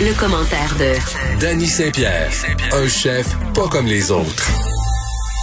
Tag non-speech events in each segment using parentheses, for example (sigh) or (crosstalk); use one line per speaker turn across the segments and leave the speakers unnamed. le commentaire de
Danny Saint-Pierre, un chef pas comme les autres.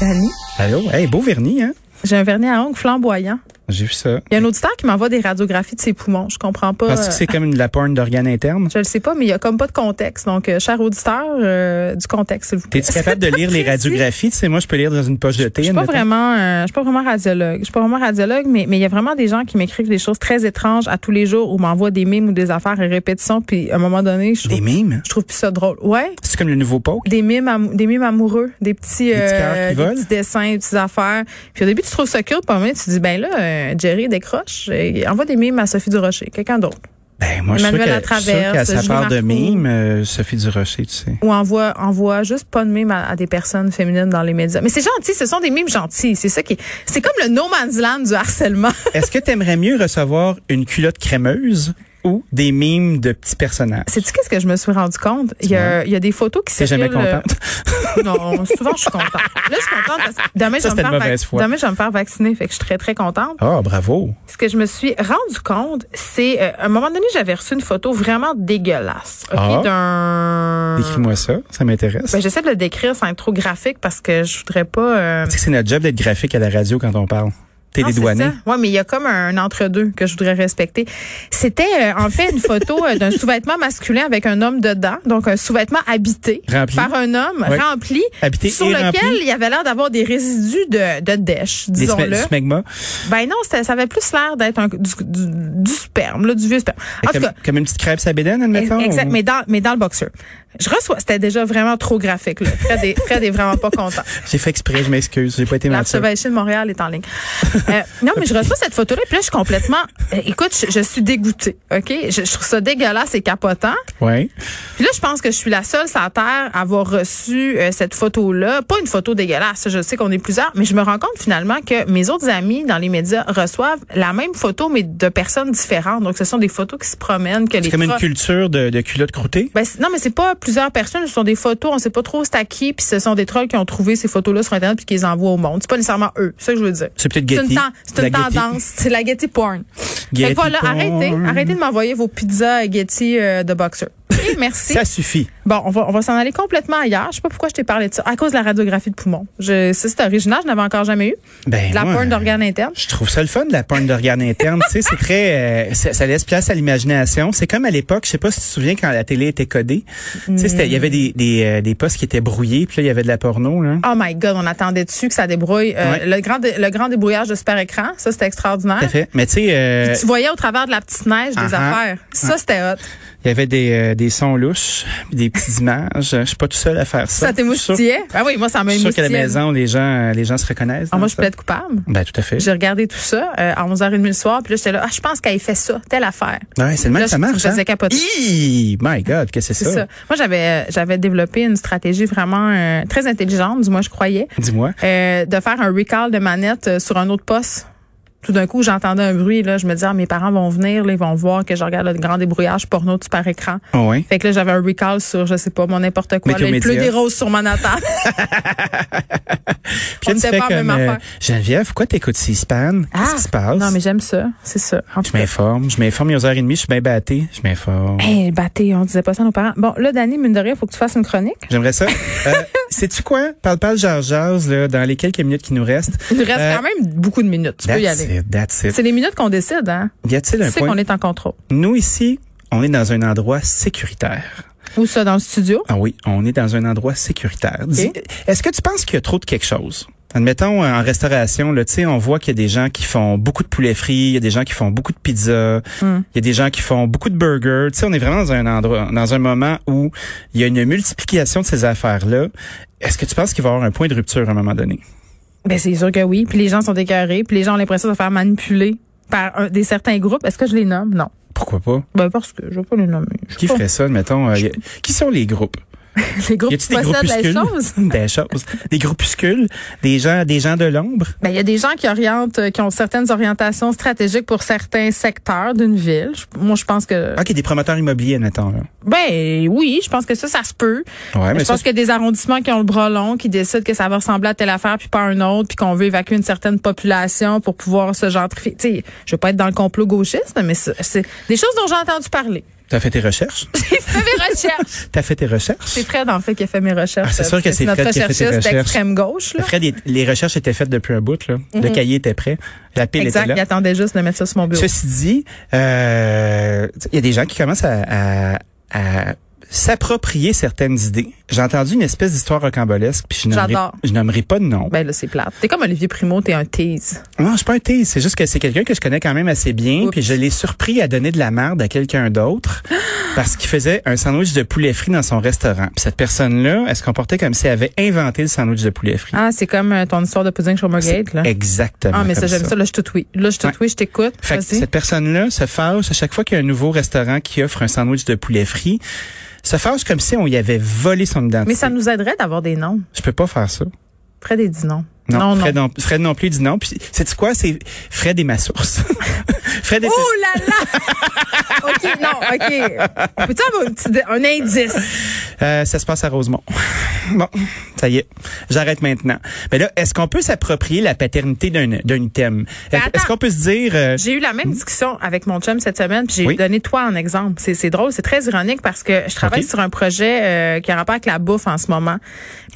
Dani,
Allô? Hey, beau vernis, hein?
j'ai un vernis à ongles flamboyant.
J'ai vu ça.
Il y a un auditeur qui m'envoie des radiographies de ses poumons. Je comprends pas. euh,
Penses-tu que c'est comme une la porne d'organes internes?
Je le sais pas, mais il y a comme pas de contexte. Donc, euh, cher auditeur, euh, du contexte, s'il vous plaît.
T'es-tu capable de lire
(laughs)
les radiographies? Tu sais, moi, je peux lire dans une poche de thé.
Je suis pas
admettons.
vraiment, euh, je suis pas vraiment radiologue. Je suis pas vraiment radiologue, mais mais il y a vraiment des gens qui m'écrivent des choses très étranges à tous les jours ou m'envoient des mimes ou des affaires à répétition. Puis à un moment donné, je
Des
trouve,
mimes?
je trouve plus ça drôle. Ouais,
C'est comme le nouveau poke?
des mimes, amou- des mimes amoureux, des petits, euh,
petits cœurs qui
des
volent?
petits dessins, des petites affaires. Puis au début, tu trouves ça cute, pas mal. Tu dis ben là, euh, Jerry décroche, et envoie des mimes à Sophie Durocher, quelqu'un d'autre.
Ben, moi, je suis sûr
Emmanuel
que- je
Latraverse,
suis sûr qu'à sa
Julie
part de
Marcoux.
mimes, euh, Sophie Durocher, tu sais.
ou envoie envoie juste pas de mimes à, à des personnes féminines dans les médias. Mais c'est gentil, ce sont des mimes gentils, c'est ça qui c'est comme le no man's land du harcèlement. (laughs)
Est-ce que t'aimerais mieux recevoir une culotte crémeuse ou des mimes de petits personnages?
Sais-tu qu'est-ce que je me suis rendu compte Il y a il y a des photos qui
T'es jamais
circulent, euh,
contente?
(laughs)
(laughs)
Non, souvent je suis contente. Là je suis contente parce que demain
Ça,
je
c'était
vais me
une
faire
mauvaise
vac-
foi.
demain je vais me faire vacciner, fait que je suis très très contente.
Ah, bravo.
Ce que je me suis rendu compte, c'est euh, à un moment donné j'avais reçu une photo vraiment dégueulasse, ok,
Ah.
d'un
Décris-moi ça. Ça m'intéresse.
Ah. Ben, j'essaie de le décrire sans être trop graphique parce que je voudrais pas euh,
Tu sais que c'est notre job d'être graphique à la radio quand on parle. T'es les
Oui,
douaniers.
Ouais, mais il y a comme un entre-deux que je voudrais respecter. C'était euh, en fait une photo euh, d'un sous-vêtement masculin avec un homme dedans, donc un sous-vêtement habité
Rempli.
par un homme
Ouais.
rempli
Habité
sur
et
lequel
rempli.
il y avait l'air d'avoir des résidus de, de dèche,
Des sme-
disons-le.
du smegma.
Ben non, c'était- ça avait plus l'air d'être un- du, du- du sperme, là, du vieux sperme. En tout
Comme,
cas,
comme une petite crêpe sabédaine, admettons.
Exact,
ou-
mais dans, mais dans le boxeur. Je reçois, c'était déjà vraiment trop graphique. Là. Fred, est, Fred est vraiment
(laughs)
pas content.
J'ai fait exprès, je m'excuse. J'ai pas été mature.
L'archevêché de Montréal est en ligne. Euh, non, mais je reçois cette photo-là, puis là, je suis complètement... euh, écoute, je, je suis dégoûtée, OK? Je, je trouve ça dégueulasse et capotant.
Ouais.
Puis là, je pense que je suis la seule sur la Terre à avoir reçu euh, cette photo-là. Pas une photo dégueulasse, je sais qu'on est plusieurs, mais je me rends compte finalement que mes autres amis dans les médias reçoivent la même photo, mais de personnes différentes. Donc, ce sont des photos qui se promènent, que les
C'est comme une
profs-
culture de, de culottes croûtées.
ben, c'est- non, mais c'est pas plusieurs personnes. Ce sont des photos. On sait pas trop c'est à qui. Puis ce sont des trolls qui ont trouvé ces photos-là sur Internet puis qui les envoient au monde. C'est pas nécessairement eux. C'est ça que je veux dire.
C'est peut-être
C'est une,
Getty.
ten- c'est
La
une
Getty.
tendance. C'est la Getty porn. Fait
Getty
que voilà,
porn.
arrêtez. Arrêtez de m'envoyer vos pizzas Getty euh, de boxer.
(laughs)
Et merci.
Ça suffit.
Bon, on va, on va s'en aller complètement ailleurs. Je sais pas pourquoi je t'ai parlé de ça. À cause de la radiographie de poumon. Je, ça, c'est original. Je n'avais encore jamais eu.
Ben,
De la
moi,
porn d'organes internes.
Je trouve ça le fun, la porn d'organes internes. tu sais, c'est très, euh, ça, ça laisse place à l'imagination. C'est comme à l'époque, je sais pas si tu te souviens quand la télé était codée. Tu sais, c'était- il y avait des, des, euh, des postes qui étaient brouillés, puis là, il y avait de la porno, là.
Oh my God, on attendait dessus que ça débrouille. Euh,
Ouais.
le, grand dé- le grand débrouillage de super écran, ça, c'était extraordinaire.
Tout à fait. Mais tu sais, euh,
Ah. tu voyais au travers de la petite neige des
Ah, ah.
affaires. Ça, c'était hot.
il y avait des, euh, des sons louches, puis des petites images. Je suis pas tout seul à faire ça.
Ça
Je suis sûr-
t'émoustillait? Ah oui, moi, ça
je
m'a
suis sûr qu'à la
émoustillé.
maison, les gens, euh, les gens se reconnaissent.
Ah, moi,
dans
je
ça.
plaide coupable.
Ben, tout à fait.
J'ai regardé tout ça euh, à 11h30 le soir, puis là, j'étais là, ah, je pense qu'elle fait ça, telle affaire.
Ouais, c'est le même
Là,
que ça
je- je
marche.
faisais
hein?
capoter.
Hi! my God, qu'est-ce que c'est
C'est
ça?
ça. Moi, j'avais euh, j'avais développé une stratégie vraiment euh, très intelligente, du moins, je croyais,
Dis-moi.
euh, de faire un recall de manette euh, sur un autre poste. Tout d'un coup, j'entendais un bruit, là, je me disais, ah, mes parents vont venir, là, ils vont voir que je regarde le grand débrouillage porno du par écran.
Oh, ouais.
Fait que là, j'avais un recall sur, je sais pas, mon n'importe quoi. Là, il
Météo-média.
pleut des roses sur Manhattan.
Puis là,
On
tu
était
fais
pas la
comme,
même
euh,
affaire. Ah!
Geneviève, pourquoi t'écoutes C-SPAN? Qu'est-ce qui se passe?
Non, mais j'aime ça. C'est ça. En tout
Je
cas.
m'informe, je m'informe, il est 11h30, je suis bien batté, je m'informe.
Hey, batté, on disait pas ça à nos parents. Bon, là, Dani, mine de rien, faut que tu fasses une chronique.
J'aimerais
(laughs)
ça. Euh, Sais-tu quoi? Parle pas Jar Jars, là, dans les quelques minutes qui nous restent.
Il nous reste
Euh,
quand même beaucoup de minutes. Tu peux y
That's
aller.
it, that's it.
C'est les minutes qu'on décide, hein?
Y a-t-il
Tu
un
sais
point?
qu'on est en contrôle.
Nous, ici, on est dans un endroit sécuritaire.
Ou ça, dans le studio.
Ah oui, on est dans un endroit sécuritaire. Dis-
Ok.
Est-ce que tu penses qu'il y a trop de quelque chose? Admettons, euh, en restauration, là, tu sais, on voit qu'il y a des gens qui font beaucoup de poulet frit, il y a des gens qui font beaucoup de pizza, il
Hmm.
y a des gens qui font beaucoup de burgers. Tu sais, on est vraiment dans un endroit, dans un moment où il y a une multiplication de ces affaires-là. Est-ce que tu penses qu'il va y avoir un point de rupture à un moment donné?
Ben, c'est sûr que oui. Puis les gens sont écœurés. Puis les gens ont l'impression de se faire manipuler par un- des certains groupes. Est-ce que je les nomme? Non.
Pourquoi pas?
Ben, parce que je vais pas les nommer. Je sais
Qui
pas.
ferait ça, admettons? euh, y a- qui sont les groupes?
Les groupes
Y
qui
a-t-il des
possèdent les
groupuscules? (laughs)
choses?
des choses. Des groupuscules? Des gens, des gens de l'ombre?
Ben, il y a des gens qui orientent, euh, qui ont certaines orientations stratégiques pour certains secteurs d'une ville. Je- moi, je pense que,
OK, des promoteurs immobiliers, admettons, là.
ben, oui, je pense que ça, ça se peut.
Ouais,
je
ça,
pense qu'il y a des arrondissements qui ont le bras long, qui décident que ça va ressembler à telle affaire puis pas à une autre, puis qu'on veut évacuer une certaine population pour pouvoir se gentrifier. Tu sais, je veux pas être dans le complot gauchiste, mais c'est c'est des choses dont j'ai entendu parler. (laughs)
T'as fait tes recherches?
J'ai fait mes recherches.
(laughs) T'as fait tes recherches?
C'est Fred, en fait, qui a fait mes recherches.
Ah, c'est sûr
parce
que c'est
notre
Fred qui a fait tes
recherchiste
recherches.
d'extrême gauche. Là. Mhm.
Fred, il- les recherches étaient faites depuis un bout. Là. Le cahier était prêt. La pile
Exact,
était
il
là.
attendait juste de mettre ça sur mon bureau.
Ceci dit, euh, tu sais, il y a des gens qui commencent à, à- à s'approprier certaines idées. J'ai entendu une espèce d'histoire rocambolesque, puis je nommerai,
J'adore.
je nommerai pas de nom.
Ben là, c'est plate. T'es comme Olivier Primo, t'es un tease.
Non, je suis pas un tease. C'est juste que c'est quelqu'un que je connais quand même assez bien,
Oups.
puis je l'ai surpris à donner de la merde à quelqu'un
(gasps)
d'autre parce qu'il faisait un sandwich de poulet frit dans son restaurant. Puis cette personne-là, elle se comportait comme si elle avait inventé le sandwich de poulet frit.
Ah, c'est comme euh, ton histoire de Pudding Showmergate, là.
Exactement.
Ah, mais ça,
comme
j'aime ça. Là, je te tweet. Là, je te
Ouais.
tweet, je t'écoute.
Fait que
Vas-y.
cette personne-là se fâche à chaque fois qu'il y a un nouveau restaurant qui offre un sandwich de poulet frit, se fâche comme si on y avait volé son identité.
Mais ça nous aiderait d'avoir des noms.
Je peux pas faire ça.
Fred, il dit non.
Non,
non,
Fred, non. Fred non plus dit non. Puis, sais-tu quoi? C'est Fred est ma source. (laughs) Fred est
Oh là là! (laughs) OK, non, OK. On peut-tu avoir une petite- un indice?
Euh, ça se passe à Rosemont. (laughs) bon, ça y est, j'arrête maintenant. Mais là, est-ce qu'on peut s'approprier la paternité d'un d'un item?
Ben,
Est-ce
attends.
qu'on peut se dire... euh,
J'ai eu la même discussion avec mon chum cette semaine, puis j'ai
Oui.
donné toi en exemple. C'est, c'est drôle, c'est très ironique parce que je travaille
Ok.
sur un projet euh, qui a rapport avec la bouffe en ce moment.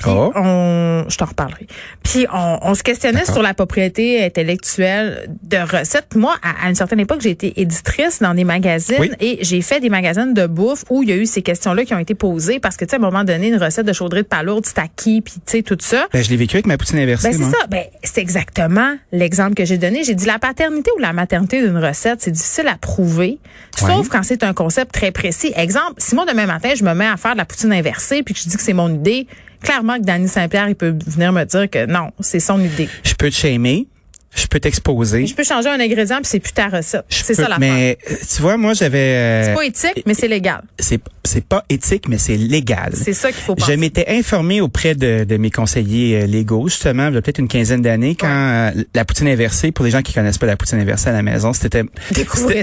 Puis
Oh.
on, je t'en reparlerai. Puis on, on se questionnait sur la propriété intellectuelle de recettes. Moi, à, à une certaine époque, j'ai été éditrice dans des magazines
Oui.
et j'ai fait des magazines de bouffe où il y a eu ces questions-là qui ont été posées parce que tu sais, à un moment donné, une recette de chaudrée de palourde, c'est à qui, puis tu sais tout ça.
ben, je l'ai vécu avec ma poutine inversée,
Ben, c'est
moi.
ça. Ben, c'est exactement l'exemple que j'ai donné. J'ai dit la paternité ou la maternité d'une recette, c'est difficile à prouver, sauf
Ouais.
quand c'est un concept très précis. Exemple, si moi, demain matin, je me mets à faire de la poutine inversée puis que je dis que c'est mon idée, clairement que Danny Saint-Pierre, il peut venir me dire que non, c'est son idée.
Je peux te shamer, je peux t'exposer.
Je peux changer un ingrédient puis c'est plus ta recette.
je
C'est
peux-
ça la
Mais euh, tu vois, moi, j'avais...
C'est
euh,
pas éthique, mais c'est légal.
c'est c'est pas éthique, mais c'est légal.
C'est ça qu'il faut
Je
penser.
m'étais informé auprès de, de mes conseillers euh, légaux, justement, il y a peut-être une quinzaine d'années, quand euh, la poutine inversée, pour les gens qui connaissent pas la poutine inversée à la maison, c'était
Découvrez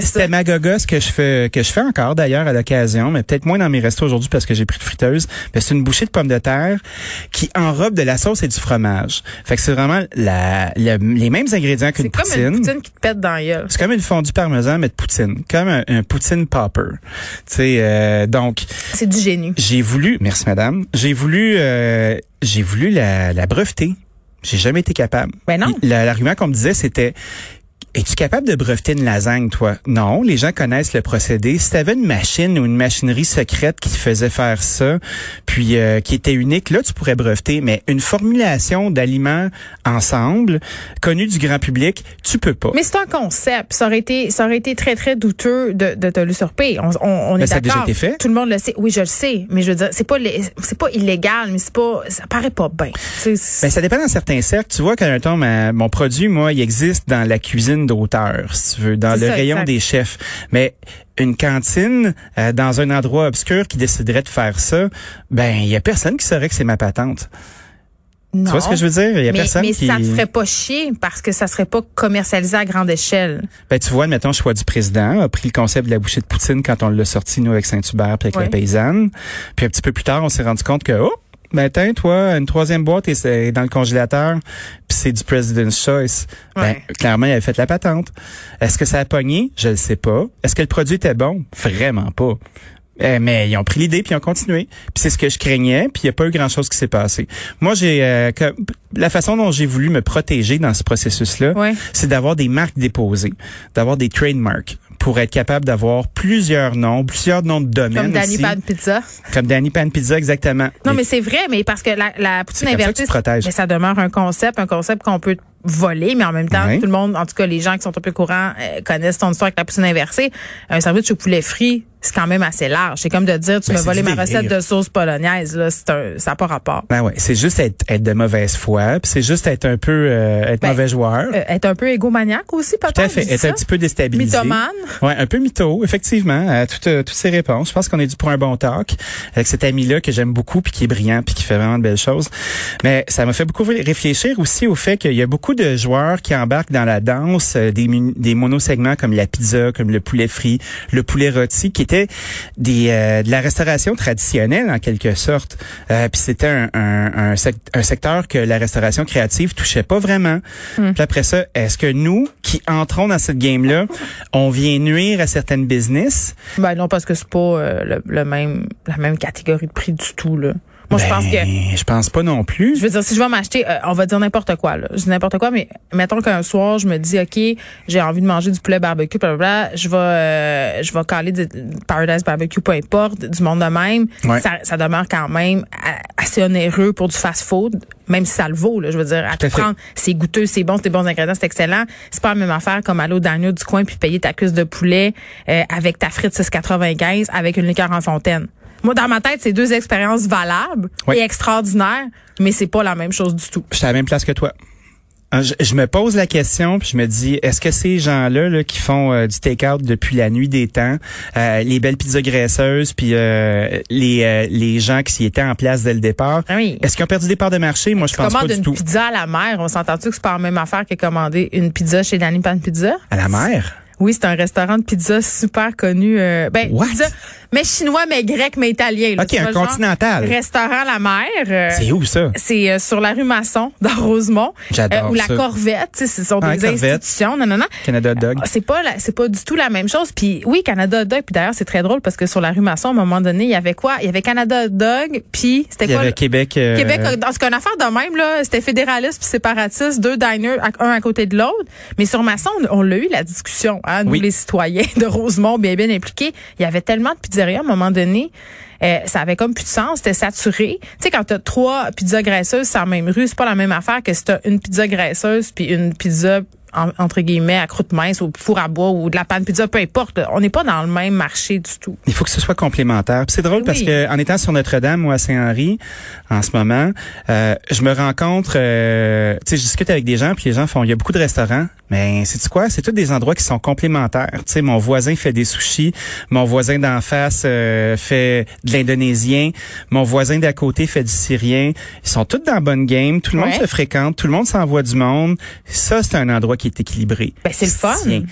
c'était-
ça.
c'était ma gogosse que je fais que je fais encore d'ailleurs à l'occasion, mais peut-être moins dans mes restos aujourd'hui parce que j'ai pris de friteuse. Mais c'est une bouchée de pommes de terre qui enrobe de la sauce et du fromage. Fait que c'est vraiment la, le- les mêmes ingrédients
C'est
qu'une
comme une poutine qui te pète dans la gueule.
c'est comme une fondue parmesan, mais de poutine. Comme un, un poutine popper. Tu sais, euh, donc,
C'est du génie.
j'ai voulu, merci madame, j'ai voulu, euh, j'ai voulu la, la breveter. J'ai jamais été capable.
Ben non.
Il- la- L'argument qu'on me disait, c'était, es-tu capable de breveter une lasagne, toi? Non, les gens connaissent le procédé. Si t'avais une machine ou une machinerie secrète qui te faisait faire ça, puis euh, qui était unique, là, tu pourrais breveter. Mais une formulation d'aliments ensemble, connue du grand public, tu peux pas.
Mais c'est un concept. Ça aurait été, ça aurait été très, très douteux de, de te l'usurper. On, on, on
Mais
est
ça a déjà
d'accord.
été fait.
Tout le monde le sait. Oui, je le sais. Mais je veux dire, c'est pas, lé- c'est pas illégal, mais c'est pas, ça paraît pas bien. C'est-
Ben, ça dépend dans certains cercles. Tu vois, quand un temps, ma- mon produit, moi, il existe dans la cuisine d'auteur, si tu veux, dans le
C'est ça,
rayon
exact.
des chefs. Mais une cantine euh, dans un endroit obscur qui déciderait de faire ça, ben, il y a personne qui saurait que c'est ma patente.
non.
Ben, Tu vois ce que je veux dire? Il y a
mais,
personne
mais
qui...
ça te ferait pas chier parce que ça serait pas commercialisé à grande échelle.
Ben, tu vois, mettons, choix du président a pris le concept de la bouchée de Poutine quand on l'a sorti, nous, avec Saint-Hubert puis avec
Ouais.
la paysanne. Puis un petit peu plus tard, on s'est rendu compte que, oh, ben, tiens, toi, une troisième boîte est- est dans le congélateur, puis c'est du President's Choice. Ben,
Ouais.
clairement, il avait fait la patente. Est-ce que ça a pogné? Je le sais pas. Est-ce que le produit était bon? Vraiment pas. Euh, mais ils ont pris l'idée puis ils ont continué. Puis c'est ce que je craignais, puis il n'y a pas eu grand-chose qui s'est passé. Moi, j'ai euh, que- la façon dont j'ai voulu me protéger dans ce processus-là,
Ouais.
c'est d'avoir des marques déposées, d'avoir des trademarks pour être capable d'avoir plusieurs noms, plusieurs noms de domaines
Comme Danny
aussi.
Pan Pizza.
Comme Danny Pan Pizza, exactement.
Non,
Les-
mais c'est vrai, mais parce que la, la poutine
C'est comme ça que
inversée,
tu te protèges.
mais ça demeure un concept, un concept qu'on peut voler, mais en même temps,
Ouais.
tout le monde, en tout cas les gens qui sont un peu courants, euh, connaissent ton histoire avec la poutine inversée. Un sandwich au poulet frit, c'est quand même assez large. C'est comme de dire, tu
Ben,
m'as
c'est
volé
du
ma
délire.
recette de sauce polonaise. Là, c'est un, ça n'a pas rapport.
Ben ouais, c'est juste être, être de mauvaise foi, puis c'est juste être un peu euh, être
Ben,
mauvais joueur.
Euh, être un peu égomaniaque aussi, peut-être.
Tout à fait,
je dis
être
ça.
un petit peu déstabilisé.
Mythomane.
Ouais, un peu mytho, effectivement, à toutes, euh, toutes ces réponses. Je pense qu'on est dû pour un bon talk avec cet ami-là que j'aime beaucoup, puis qui est brillant, puis qui fait vraiment de belles choses. Mais ça m'a fait beaucoup réfléchir aussi au fait qu'il y a beaucoup de joueurs qui embarquent dans la danse euh, des, mun- des monosegments comme la pizza, comme le poulet frit, le poulet rôti, qui étaient c'était des euh, de la restauration traditionnelle en quelque sorte. Euh, puis c'était un, un, un, sect- un secteur que la restauration créative touchait pas vraiment. Puis après ça, est-ce que nous qui entrons dans cette game là, on vient nuire à certaines business
Ben non, parce que c'est pas euh, le, le même, la même catégorie de prix du tout, là. Moi, je pense que.
Ben, je pense pas non plus.
Je veux dire, si je vais m'acheter, euh, on va dire n'importe quoi, là. Je dis n'importe quoi, mais mettons qu'un soir, je me dis, OK, j'ai envie de manger du poulet barbecue, blablabla, je vais, euh, je vais caler du Paradise barbecue, peu importe, du monde de même.
Ouais.
Ça, ça demeure quand même a- assez onéreux pour du fast-food, même si ça le vaut, là. Je veux dire, à
Tout à
tout
fait.
prendre, c'est goûteux, c'est bon, c'est des bons ingrédients, c'est excellent. C'est pas la même affaire comme aller au Daniel du coin puis payer ta cuisse de poulet, euh, avec ta frite 6,95 avec une liqueur en fontaine. Moi, dans ma tête, c'est deux expériences valables
Oui.
et extraordinaires, mais c'est pas la même chose du tout.
Je suis à la même place que toi. Hein, Je, je me pose la question, puis je me dis, est-ce que ces gens-là là, qui font euh, du take-out depuis la nuit des temps, euh, les belles pizzas graisseuses, puis euh, les, euh, les gens qui s'y étaient en place dès le départ,
Ah oui.
est-ce qu'ils ont perdu des parts de marché? Moi, je pense pas
Commande
du
une
tout.
pizza à la mer, on s'entend-tu que c'est pas la même affaire que commander une pizza chez Danny Pan Pizza?
À la mer?
Oui, c'est un restaurant de pizza super connu. euh, ben,
What?
pizza, mais chinois, mais grec, mais italien. là.
OK,
Tu vois
un
le genre?
continental.
Restaurant à la mer. euh,
C'est où ça?
C'est euh, sur la rue Masson, (laughs) dans Rosemont.
J'adore
Euh, Ou la
ça.
Corvette, tu sais, ce sont
Ah,
des
Corvette.
institutions. Non, non, non.
Canada Hot Dog.
Ah, C'est pas la- c'est pas du tout la même chose. Puis oui, Canada Hot Dog. Puis d'ailleurs, c'est très drôle parce que sur la rue Masson, à un moment donné, il y avait quoi Il y avait Canada Hot Dog. Puis c'était
Il y
quoi
avait
le-
Québec. euh,
Québec, dans ce qu'on a affaire de même, là, c'était fédéraliste puis séparatiste, deux diners, à- un à côté de l'autre. Mais sur Masson, on, on l'a eu, la discussion, hein, nous,
Oui.
les citoyens de Rosemont, bien, bien impliqués. Il y avait tellement de pizzerias, à un moment donné, euh, ça avait comme plus de sens, c'était saturé. Tu sais, quand t'as trois pizzas graisseuses sur la même rue, c'est pas la même affaire que si t'as une pizza graisseuse puis une pizza en- entre guillemets, à croûte mince ou four à bois ou de la panne pizza, peu importe. là. On n'est pas dans le même marché du tout.
Il faut que ce soit complémentaire. Puis C'est drôle parce
Oui.
que en étant sur Notre-Dame ou à Saint-Henri en ce moment, euh, je me rencontre, euh, tu sais, je discute avec des gens, puis les gens font, il y a beaucoup de restaurants, mais c'est tu quoi, c'est tous des endroits qui sont complémentaires. Tu sais, mon voisin fait des sushis, mon voisin d'en face euh, fait de l'indonésien, mon voisin d'à côté fait du syrien. Ils sont tous dans la bonne game, tout le monde
Ouais.
se fréquente, tout le monde s'envoie du monde. Ça, c'est un endroit qui est équilibré.
Ben, c'est le fun.
Tiens.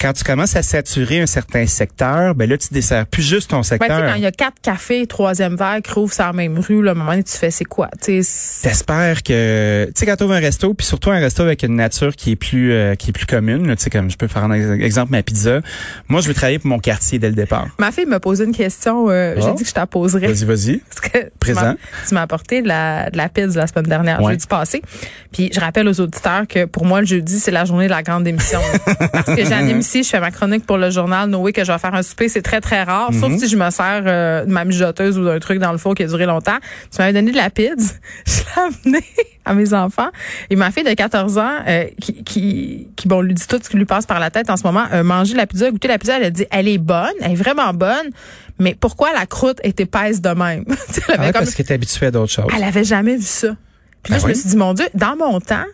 Quand tu commences à saturer un certain secteur, ben là, tu desserres plus juste ton
Ben, tu sais,
secteur.
quand il y a quatre cafés, troisième verre, qui rouvrent sur la même rue, là, à un moment donné, tu fais c'est quoi? Tu sais, c'est-
T'espères que tu sais quand t'ouvres un resto puis surtout un resto avec une nature qui est plus euh, qui est plus commune là, tu sais comme je peux prendre un ex- exemple ma pizza moi je veux travailler pour mon quartier dès le
(laughs)
départ
Ma fille me posait une question, euh, j'ai
Oh.
dit que je t'en poserais.
vas-y vas-y
(laughs) Parce que tu
Présent.
m'as- Tu m'as apporté de la, de la pizza la semaine dernière,
Ouais.
jeudi passé. Puis je rappelle aux auditeurs que pour moi, le jeudi, c'est la journée de la grande
(laughs)
émission. Parce que
Mhm.
j'anime ici, je fais ma chronique pour le journal Noé que je vais faire un souper. C'est très, très rare,
Mhm.
sauf si je me sers euh, de ma mijoteuse ou d'un truc dans le four qui a duré longtemps. Tu m'avais donné de la pizza. (laughs) Je l'ai amenée à mes enfants. Et ma fille de 14 ans, euh, qui, qui, qui, bon, lui dit tout ce qui lui passe par la tête en ce moment, euh, manger de la pizza, goûter de la pizza, elle a dit, elle est bonne, elle est vraiment bonne. Mais pourquoi la croûte est épaisse de même? (laughs) Tu sais,
Ah
elle avait
ouais,
comme-
parce que t'es habitué à d'autres choses
elle avait jamais vu ça. Puis là,
Ah
je me
oui?
suis dit, mon Dieu, dans mon temps,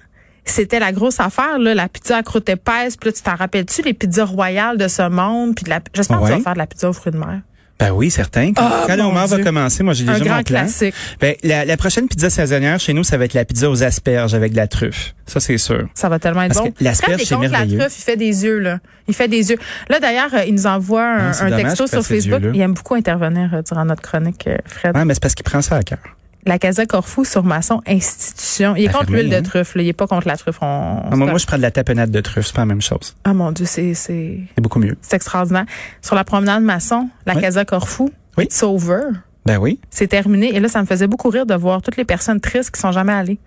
c'était la grosse affaire, là, la pizza à croûte épaisse. Puis là, tu t'en rappelles-tu, les pizzas royales de ce monde? Puis de la... j'espère que tu
Ouais.
vas faire de la pizza aux fruits de mer.
ben oui certain quand,
Ah,
quand le
mon
homard va
Dieu.
commencer moi j'ai
Un
déjà
grand
mon plan
classique.
ben la, la prochaine pizza saisonnière chez nous ça va être la pizza aux asperges avec de la truffe ça c'est sûr
Ça va tellement être
Parce
bon.
que l'asperge,
Prends des
c'est
comptes,
merveilleux.
La truffe, il fait des yeux, là. Il fait des yeux. Là, d'ailleurs, euh, il nous envoie un,
Ah, c'est
un
dommage
texto
qu'il
sur
fasse ces
Facebook.
yeux-là.
Il aime beaucoup intervenir euh, durant notre chronique, euh, Fred.
ouais mais c'est parce qu'il prend ça à cœur
La Casa Corfou sur Maçon Institution. Il est
T'as
contre
fermé,
l'huile
hein?
de truffe, là. Il est pas contre la truffe. On...
Ah, moi, moi je prends de la tapenade de truffe c'est pas la même chose
Ah, mon Dieu, c'est, c'est...
c'est beaucoup mieux
C'est extraordinaire. Sur la promenade Masson, la
Oui.
Casa Corfou,
Oui.
it's over.
ben oui
C'est terminé. Et là, ça me faisait beaucoup rire de voir toutes les personnes tristes qui sont jamais allées.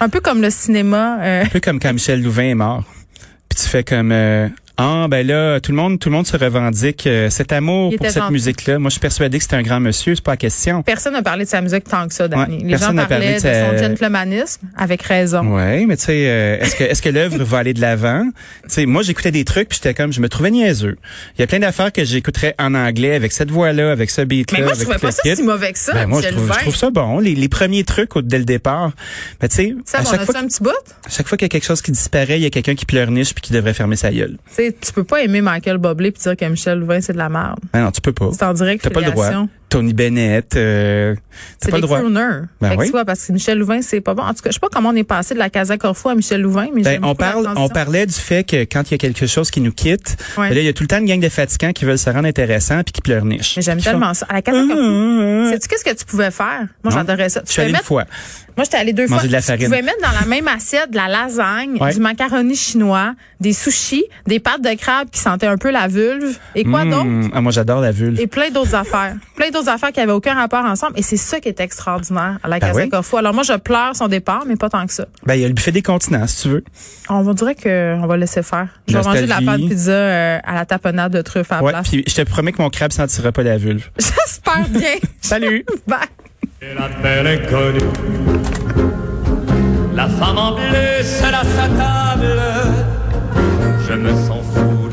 Un peu comme le cinéma. euh, (laughs)
Un peu comme quand Michel Louvain est mort. Puis tu fais comme euh, ah ben là tout le monde tout le monde se revendique euh, cet amour
Il
pour
était
cette
gentil.
musique là. Moi je suis persuadé que c'est un grand monsieur, c'est pas la question.
personne n'a parlé de sa musique tant que ça, Dani.
Ouais,
les gens
personne n'a
parlaient de,
parlé de
son
sa-
gentlemanisme avec raison.
Ouais, mais tu sais euh, est-ce que est-ce que l'œuvre va aller de l'avant Tu sais moi j'écoutais des trucs puis j'étais comme je me trouvais niaiseux. Il y a plein d'affaires que j'écouterais en anglais avec cette voix là, avec ce beat là,
Mais moi, je
avec
trouvais
tout
pas
le
ça
kit.
si mauvais que ça,
Ben, moi je
Michel
trouve, je
Vain.
trouve ça bon, les, les premiers trucs au, dès le départ. Mais tu sais
Ça,
à
on
chaque
a
fois
ça un petit bout.
à chaque fois qu'il y a quelque chose qui disparaît, il y a quelqu'un qui pleurniche puis qui devrait fermer sa gueule.
Tu sais, tu peux pas aimer Michael Bublé puis dire que Michel Louvain, c'est de la merde.
Ah non, tu peux pas.
C'est en direct.
T'as pas le droit.
filiation.
T'as Tony Bennett. Euh, t'as
C'est
pas
des
le droit.
crooners.
Ben
Fait que
oui.
tu vois, parce que Michel Louvain, c'est pas bon. En tout cas, je sais pas comment on est passé de la Casa Corfou à Michel Louvain, mais
Ben,
j'aime
on
beaucoup la
parle, on
transition.
parlait du fait que quand il y a quelque chose qui nous quitte,
Ouais.
ben là, il y a tout le temps une gang de fatigants qui veulent se rendre intéressant puis qui pleurnichent.
Mais j'aime
Qui font-
tellement ça. À la Casa Corfou.
Euh,
Sais-tu qu'est-ce que tu pouvais faire?
Non.
Moi, j'adorais ça. Tu
Je suis
pouvais
allé une
mettre,
fois.
moi, j'étais allée deux
Manger
fois.
de la
tu
farine.
pouvais mettre dans la même assiette de la lasagne,
Ouais.
du macaroni chinois, des sushis, des pâtes de crabe qui sentaient un peu la vulve. Et quoi
Mmh.
d'autre?
Ah, moi, j'adore la vulve.
Et plein d'autres affaires. Plein d'autres affaires qui avaient aucun rapport ensemble. Et c'est ça qui est extraordinaire à la
Ben
Casa
oui.
Corfou. Alors moi, je pleure son départ, mais pas tant que ça.
Ben, il y a le buffet des continents, si tu veux.
On va dirait que on va laisser faire. Je vais manger de la
Nostalgie.
pâte pizza euh, à la tapenade de truffes à la
Ouais.
place.
Puis, je te promets que mon crabe sentira pas la vulve.
(laughs)
(laughs)
J'espère bien.
Salut!
Bye.
C'est la belle inconnue. La femme en bleu, c'est la sa table. Je me sens fou de la.